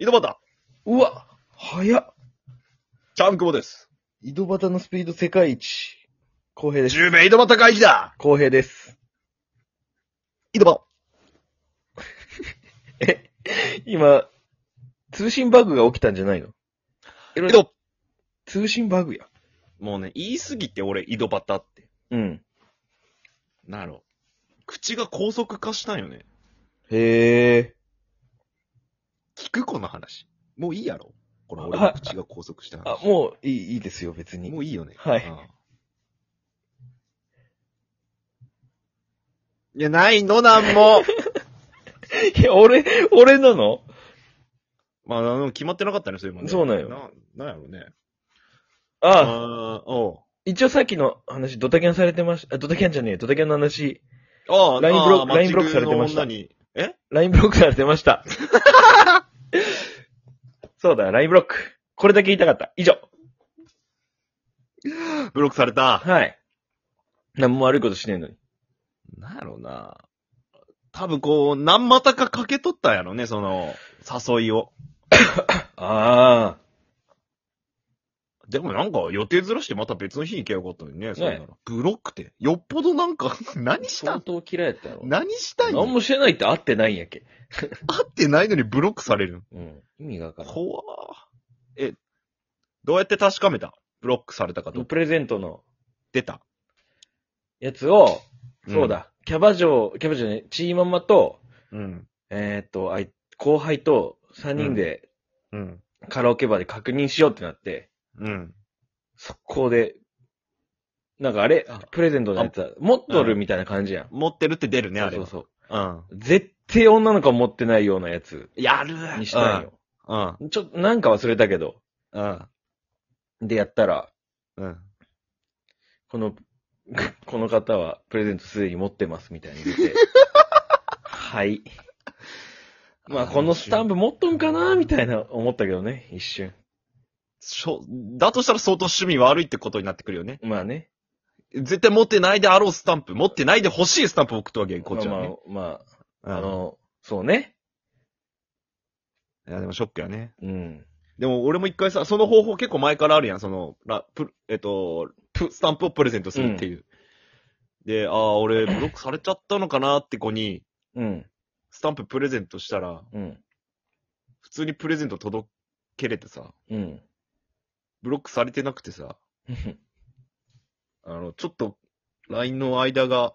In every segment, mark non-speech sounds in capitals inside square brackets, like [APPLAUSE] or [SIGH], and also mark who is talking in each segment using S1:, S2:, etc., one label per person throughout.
S1: 井戸端、
S2: うわ早っ
S1: ちゃんくぼです。
S2: 井戸端のスピード世界一。公平です。
S1: 十名井戸端会議だ
S2: 公平です。
S1: 井戸端。
S2: え、今、通信バグが起きたんじゃないの
S1: 井戸。
S2: 通信バグや。
S1: もうね、言いすぎて俺、井戸端って。
S2: うん。
S1: なる口が高速化したんよね。
S2: へえ。
S1: 聞くこの話。もういいやろこの俺の口が高速した
S2: あ、
S1: 話。
S2: もういい、いいですよ、別に。
S1: もういいよね。
S2: はい
S1: うんいや、ないの、なんも。
S2: [LAUGHS] いや、俺、俺なの
S1: [LAUGHS] まあ、あの、決まってなかったね、そういうもね。
S2: そうなんよ
S1: な、なんやろうね。
S2: あ
S1: ああ、おう。
S2: 一応さっきの話、ドタキャンされてました。あドタキャンじゃねえ、ドタキャンの話、
S1: ああ、
S2: ラインブロック
S1: ああ
S2: ラインブロックされてまし
S1: 街中
S2: た
S1: の女にえ
S2: LINE ブロックされてま [LAUGHS] した。そうだ、LINE ブロック。これだけ言いたかった。以上。
S1: ブロックされた。
S2: はい。何も悪いことしねえのに。
S1: なんやろうな。多分こう、何股かかけとったんやろね、その、誘いを。
S2: ああ。
S1: でもなんか予定ずらしてまた別の日行けばよかったのにね、それなら
S2: ね
S1: ブロックって。よっぽどなん
S2: [LAUGHS]
S1: か、何した
S2: 相
S1: ん
S2: 当嫌いやったやろ。
S1: 何したい
S2: 何
S1: の
S2: もしてないって合ってないんやけ。
S1: 会ってないのにブロックされる
S2: うん。意味がわか
S1: の
S2: ら。
S1: 怖ーえ、どうやって確かめたブロックされたかどうんか
S2: プレゼントの
S1: 出た。
S2: やつを、
S1: うん
S2: そうだ、キャバ嬢、キャバ嬢ね、チーママと、
S1: うん。
S2: えーっと、あい、後輩と3人で
S1: うん。
S2: カラオケバーで確認しようってなって、
S1: うん。
S2: 速攻で、なんかあれ
S1: あ、
S2: プレゼントのやつは、持っとるみたいな感じやん。
S1: 持ってるって出るね、あれ
S2: そう
S1: は。
S2: そう
S1: うん。
S2: そう。絶対女の子持ってないようなやつ
S1: やるー
S2: にしたんよ。
S1: うん。
S2: ちょっと、なんか忘れたけど。
S1: うん。
S2: で、やったら、
S1: うん。
S2: この、 [LAUGHS] この方はプレゼントすでに持ってますみたいに
S1: [LAUGHS]
S2: 出て。はい。まあ、このスタンプ持っとんかなみたいな思ったけどね、一瞬。
S1: しょ、だとしたら相当趣味悪いってことになってくるよね。
S2: まあね。
S1: 絶対持ってないであろうスタンプ、持ってないで欲しいスタンプを送っとわけよ、こっちはね。
S2: まあまあ、まあ、
S1: う
S2: あ
S1: ん
S2: の、そうね。
S1: いや、でもショックやね。
S2: うん。
S1: でも俺も一回さ、その方法結構前からあるやん、その、ラ、プ、えっと、プ、スタンプをプレゼントするっていう。で、ああ、俺、ブロックされちゃったのかなって子に、
S2: うん。
S1: スタンププレゼントしたら、
S2: うん。
S1: 普通にプレゼント届けれてさ、
S2: うん。 [LAUGHS]
S1: ブロックされてなくてさ、あの、ちょっと、LINE の間が、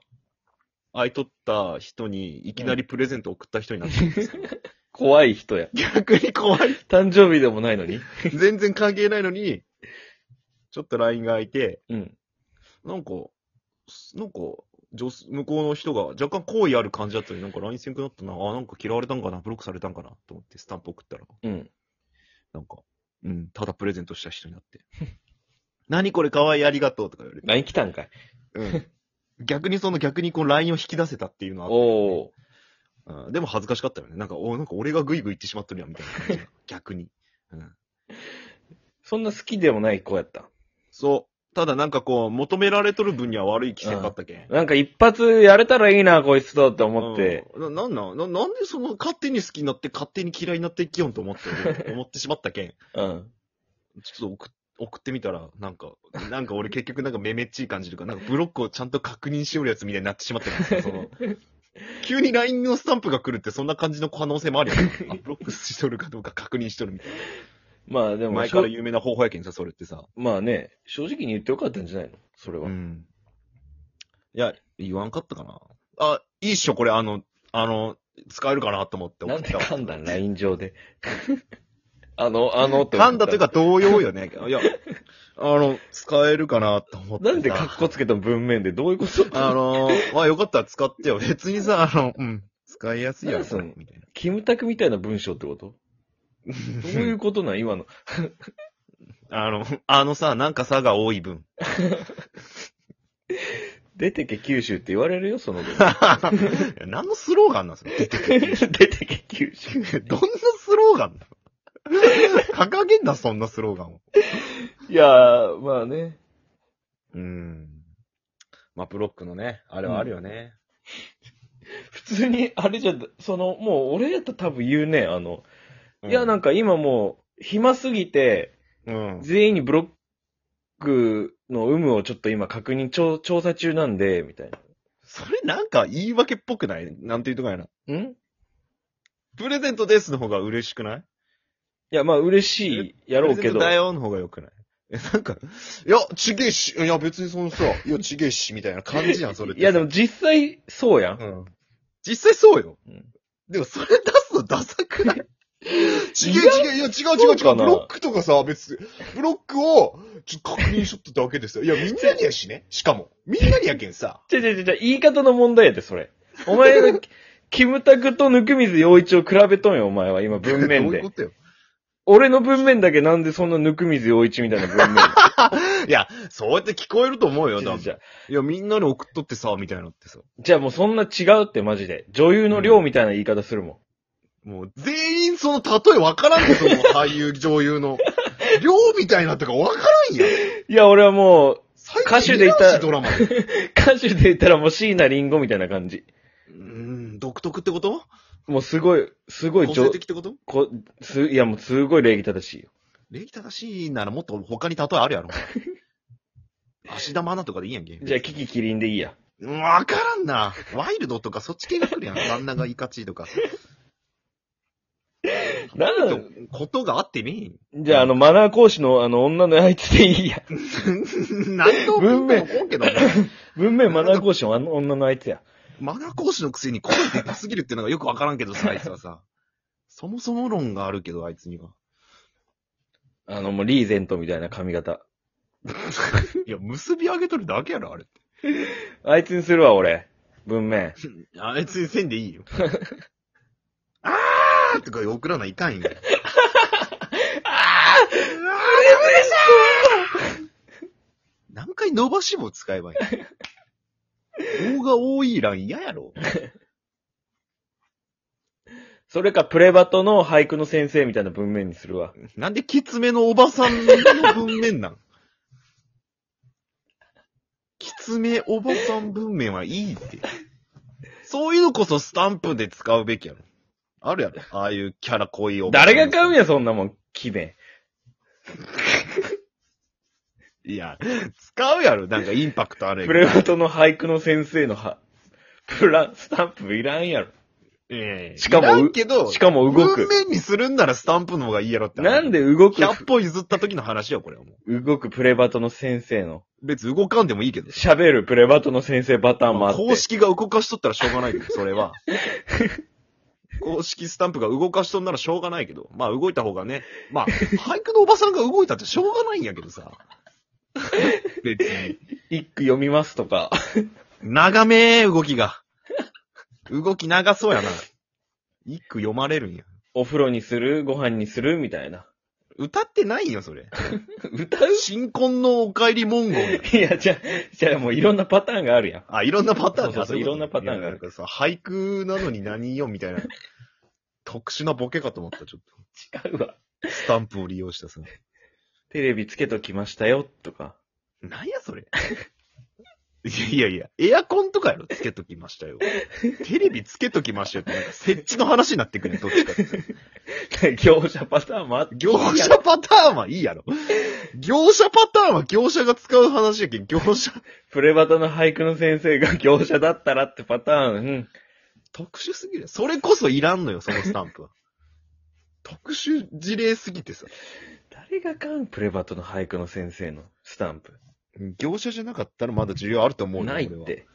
S1: 空いとった人に、いきなりプレゼント送った人になってるんですよ
S2: 怖い人や。
S1: [LAUGHS] 逆に怖い
S2: 誕生日でもないのに。
S1: [LAUGHS] 全然関係ないのに、ちょっと LINE が開いて、
S2: うん。
S1: なんか、なんか、女す向こうの人が若干好意ある感じだったのに、なんか LINE せんくなったな、あ、なんか嫌われたんかな、ブロックされたんかな、と思ってスタンプ送ったら、
S2: うん。
S1: なんか、うん、ただプレゼントした人になって。 [LAUGHS] 何これ可愛いありがとうとか言われて。
S2: LINE 来たんかい。
S1: うん。逆にその逆にこの LINE を引き出せたっていうのはあっ
S2: おお。
S1: うんでも恥ずかしかったよね。なんか、おなんか俺がグイグイ言ってしまっとるやん、みたいな感じが。逆に。うん。
S2: そんな好きでもない子やった。
S1: そう。ただなんかこう、求められとる分には悪い規制だったけん。
S2: なんか一発やれたらいいな、こいつとって思って。
S1: うん。な、なんなんななんでその、勝手に好きになって、勝手に嫌いになっていきよんと思って、俺 [LAUGHS] 思ってしまったけん。
S2: うん。
S1: ちょっと送っ送ってみたら、なんか、なんか俺結局なんかめめっちい感じというか、なんかブロックをちゃんと確認しよるやつみたいになってしまったから、その、
S2: [LAUGHS]
S1: 急に LINE のスタンプが来るってそんな感じの可能性もあるよ、ね。あブロックしとるかどうか確認しとるみたいな。
S2: まあでも、
S1: 前から有名な方法やけんさ、それってさ。
S2: まあね、正直に言ってよかったんじゃないのそれは。
S1: ん。いや、言わんかったかな。あ、いいっしょ、これ、あの、あの、使えるかなと思って送
S2: な
S1: っ
S2: ん
S1: た
S2: で噛んだん ?LINE 上で。 [LAUGHS] あの、あのって思った
S1: 噛んだというか、動揺よね。 [LAUGHS] いや、あの、使えるかなと思ってさ。
S2: なんでカッコつけた文面でどういうこと
S1: あの、まあよかったら使ってよ。別にさ、あの、うん、使いやすいやろ、
S2: 何それ
S1: みたいな。
S2: キムタクみたいな文章ってことどういうことなん今の。
S1: あの、あのさ、なんかさが多い
S2: [LAUGHS]
S1: 分。
S2: 出てけ九州って言われるよ、その文
S1: 何のスローガンなんすか
S2: [LAUGHS] 出てけ九州。 [LAUGHS]
S1: どんなスローガンだ掲げんな、そんなスローガンを。
S2: いやー、まあね。
S1: うん。まあ、ブロックのね、あれはあるよね。
S2: 普通に、あれじゃ、その、もう俺やったら多分言うね、あの、いや、なんんか今もう、暇すぎて、
S1: うん。
S2: 全員にブロックの有無をちょっと今確認、調調査中なんで、みたい
S1: それなんか言い訳っぽくないなんていうとかやな。
S2: な。んい
S1: プレゼントですの方が嬉しくない
S2: や、まあ嬉しい、やろうけ
S1: プレゼント
S2: ど。
S1: だよの方が良くない [LAUGHS] え、なんか、いや、ちげえし、いや別にそのさ、いやちげえし、みたいな感じやん、それって。
S2: いや、でも実際、そうやん。
S1: うん。実際そうよ。
S2: うん
S1: でもそれ出すのダサく
S2: [LAUGHS]
S1: ないちげえちげえ、いや違う違う違、
S2: そうう
S1: ブ
S2: かな
S1: ロックとかさ、別に、ブロックを、ちょっと確認しとっただけですよ。いや、みんなにやしね。しかも、みんなにやけんさ。
S2: ちょちょちょちょ、言い方の問題やで、それ。お前の、キムタクと温水洋一を比べとんよ、お前は、今、 [LAUGHS] 文面
S1: どういう
S2: で
S1: こ。とよ。
S2: 俺の文面だけなんでそんな温水洋一みたいな文面
S1: いや、そうやって聞こえると思うよ、
S2: じゃ
S1: 多
S2: あじ
S1: 分。
S2: ゃあ
S1: いや、みんなに送っとってさ、みたいなのってさ。
S2: じゃあもうそんな違うって、マジで。女優の量みたいな言い方するもん。
S1: もう、全員その例えわからんけど、俳優、女優
S2: [LAUGHS]
S1: の。量みたいなとかわからんやん。
S2: いや、俺はもう、
S1: 最
S2: 歌手でいた
S1: 見らんしドラマで。う
S2: 歌手で言ったらもう椎名林檎みたいな感じ。
S1: ーん、独特って
S2: [LAUGHS]
S1: こと
S2: もうすごい、すごい
S1: 個
S2: 女
S1: 性的ってこと
S2: こす、いやもうすごい礼儀正しいよ。
S1: 礼儀正しいならもっと他に例えあるやろ。足玉なとかでいいやんけ。
S2: じゃあ、キキキリンでいいや。
S1: うんわからんな。ワイルドとかそっち系が来るやん。旦那がイカチ
S2: [LAUGHS]
S1: とか。
S2: なんなの
S1: ことがあってね
S2: じゃあ、あの、マナー講師のあの、女のあいつでいいや。
S1: え。 [LAUGHS] 何の文明もんけどね。
S2: 文面マナー講師のあの女のあいつや。
S1: マナー講師のくせに声でかすぎるっていうのがよくわからんけどさ、あいつは [LAUGHS] さ。そもそも論があるけど、あいつには。
S2: あの、もうリーゼントみたいな髪型。
S1: いや、結び上げとるだけやろ、あれ。
S2: あいつにするわ、俺。文面。
S1: あいつにせんでいい [LAUGHS] よ。あーとか送らないかんよ。
S2: ああ
S1: 何回伸ばし棒使えばいい棒が多い欄嫌やろ。
S2: それか、プレバトの俳句の先生みたいな文面にするわ。
S1: なんでキツめのおばさんの文面なんキツめおばさん文面はいいって。そういうのこそスタンプで使うべきやろ。あるやろ。ああいうキャラ濃いおばさん
S2: 誰が買うんや、そんなもん。奇弁。
S1: いや、使うやろ。なんかインパクトあるや
S2: プ
S1: ん
S2: レバトの俳句の先生のは、プラ、スタンプいらんやろ。
S1: ええ
S2: しか
S1: い
S2: も
S1: らんけど、
S2: しかも動
S1: 文
S2: く。
S1: 面にするんならスタンプの方がいいやろって。
S2: なんで動く、
S1: ?100 歩譲った時の話よ、これはもう。
S2: 動くプレバトの先生の、
S1: 別に動かんでもいいけど。
S2: 喋るプレバトの先生パターンもあって。
S1: 公式が動かしとったらしょうが
S2: [LAUGHS]
S1: ないけど、それは。公式スタンプが動かしとんならしょうがないけど。まあ動いた方がね。まあ、俳句のおばさんが動いたってしょうがないんやけどさ。別に。
S2: 一句読みますとか。
S1: 長め動きが。動き長そうやな。一句読まれるんや。
S2: [LAUGHS] お風呂にするご飯にするみたいな。
S1: 歌ってないよ、それ。
S2: 歌う [LAUGHS]
S1: 新婚のお帰り文言や。
S2: いや、じゃあ、じゃあもういろんなパターンがあるやん。
S1: あ、いろんなパターン
S2: そうそうそういろんなパターンがある
S1: るからさ、俳句なのに何よみたいな、特殊なボケかと思った、ちょっ
S2: 違うわ。
S1: と。スタンプを利用したさ。
S2: テレビつけときましたよ、とか。 [LAUGHS]
S1: なんやそれ。いやいやいや、エアコンとかやろつけときましたよ。テレビつけときましたよって、なんか設置の話になってくるどっちか [LAUGHS] って。
S2: 業者パターンもあって。
S1: 業者パターンはいいやろ。業者パターンは業者が使う話やけん、業者。
S2: プレバトの俳句の先生が業者だったらってパターン、うん。
S1: 特殊すぎる。それこそいらんのよ、そのスタンプは。特殊事例すぎてさ。
S2: 誰が買うプレバトの俳句の先生のスタンプ。
S1: 業者じゃなかったらまだ需要あると思うよ
S2: ないっ。
S1: 俺は
S2: て。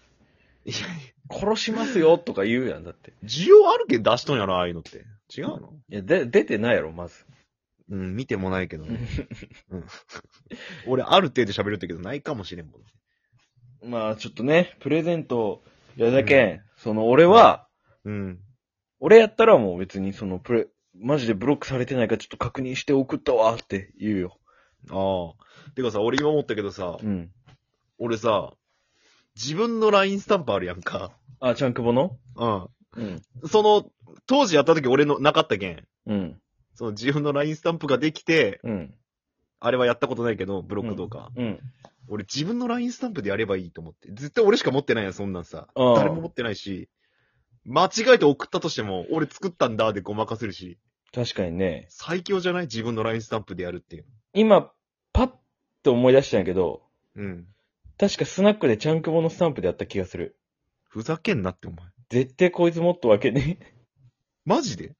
S1: いやいや
S2: 殺しますよとか言うやん、だって。
S1: 需要あるけん出しとんやろ、ああいうのって。違うの
S2: いや、で、出てないやろ、まず。
S1: うん、見てもないけどね。うん、 [LAUGHS] 俺、ある程度喋るってけど、ないかもしれんもん。
S2: まあ、ちょっとね、プレゼント、いやだけん、その、俺は、
S1: うん。
S2: 俺やったらもう別にその、プレ、マジでブロックされてないかちょっと確認して送ったわって言うよ。
S1: ああ。てかさ、俺今思ったけどさ、
S2: うん。
S1: 俺さ、自分の LINE スタンプあるやんか。
S2: あ、ちゃんくぼの
S1: うん。
S2: うん。
S1: その、当時やった時俺のなかったけん。
S2: うん。
S1: その自分の LINE スタンプができて、
S2: うん。
S1: あれはやったことないけど、ブロックとか。
S2: うん。
S1: 俺自分の LINE スタンプでやればいいと思って。絶対俺しか持ってないやん、そんなんさ。
S2: ああ
S1: 誰も持ってないし。間違えて送ったとしても、俺作ったんだでごまかせるし。
S2: 確かにね。
S1: 最強じゃない自分の LINE スタンプでやるっていう。
S2: 今、パッと思い出したんやけど、
S1: うん。
S2: 確かスナックでちゃんくぼのスタンプでやった気がする。
S1: ふざけんなってお前。
S2: 絶対こいつもっとわけね [LAUGHS]
S1: マジで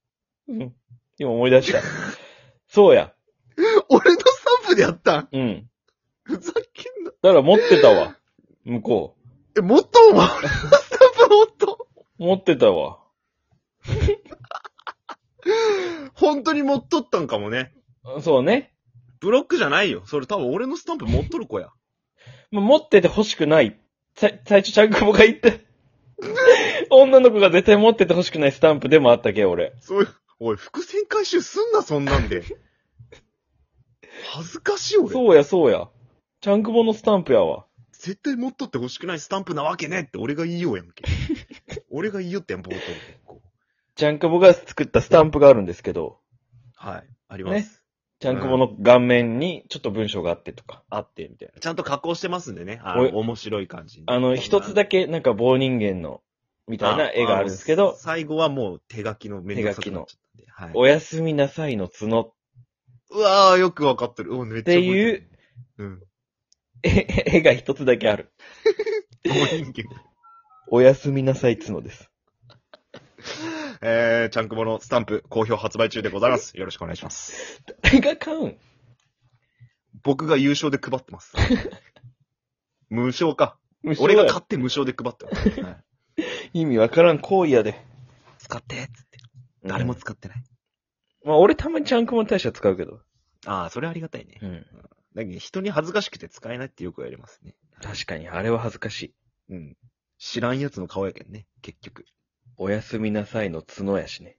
S2: え。うん。今思い出した。そうや。
S1: 俺のスタンプでやったん
S2: うん。
S1: ふざけんな。
S2: だから持ってたわ。向こ
S1: え、もっとお前、俺のスタンプもっと。
S2: う。持ってたわ。
S1: 本当に持っとったんかもね。
S2: そうね。
S1: ブロックじゃないよ。それ多分俺のスタンプ持っとる子や。
S2: まあ持ってて欲しくない。さ最初ちゃんくぼが言った。 [LAUGHS] 女の子が絶対持ってて欲しくないスタンプでもあったけ、俺。
S1: そういう、おい、伏線回収すんな、そんなん [LAUGHS] で。恥ずかしい、俺。
S2: そうや、そうや。ちゃんくぼのスタンプやわ。
S1: 絶対持っとって欲しくないスタンプなわけねえって俺が言いようや [LAUGHS] んけ。俺が言いよってやん、冒頭で。こう
S2: ちゃんくぼが作ったスタンプがあるんですけど、
S1: はい。あります。
S2: ちゃんくぼの顔面にちょっと文章があってとか。
S1: あって、みたいな。ちゃんと加工してますんでね。あ
S2: おい
S1: の、面白い感じに。
S2: あの、一つだ
S1: け、
S2: けなんか棒人間の、み
S1: み
S2: たいな絵があるんですけど、
S1: 最後はもう手書きの面倒くさくなっちゃったんで。はい。
S2: おやすみなさいの角っ
S1: うわー、よくわかってる。おめっちゃ
S2: て
S1: 覚えて
S2: い
S1: る。
S2: う
S1: うん。 [LAUGHS]
S2: 絵絵が一つだけある。
S1: 棒人間。
S2: おやすみなさい角 [LAUGHS] です。
S1: えー、ちゃんくぼのスタンプ、好評発売中でござい
S2: [LAUGHS]
S1: ます。よろしくお願いします。
S2: 誰が買うん
S1: 僕が優勝で配って
S2: [LAUGHS]
S1: ます。無償か。俺が買って無償で配ってます。
S2: [LAUGHS]
S1: はい
S2: 意味わからん行為やで。
S1: 使って、つって。誰も使ってない。
S2: まあ俺たまにちゃんくぼに対しては使うけど。
S1: ああ、それありがたいね。
S2: うん。
S1: だけど人に恥ずかしくて使えないってよくやりますね。
S2: 確かに、あれは恥ずかしい。
S1: うん。知らんやつの顔やけんね、結局。
S2: おやすみなさいの角やしね。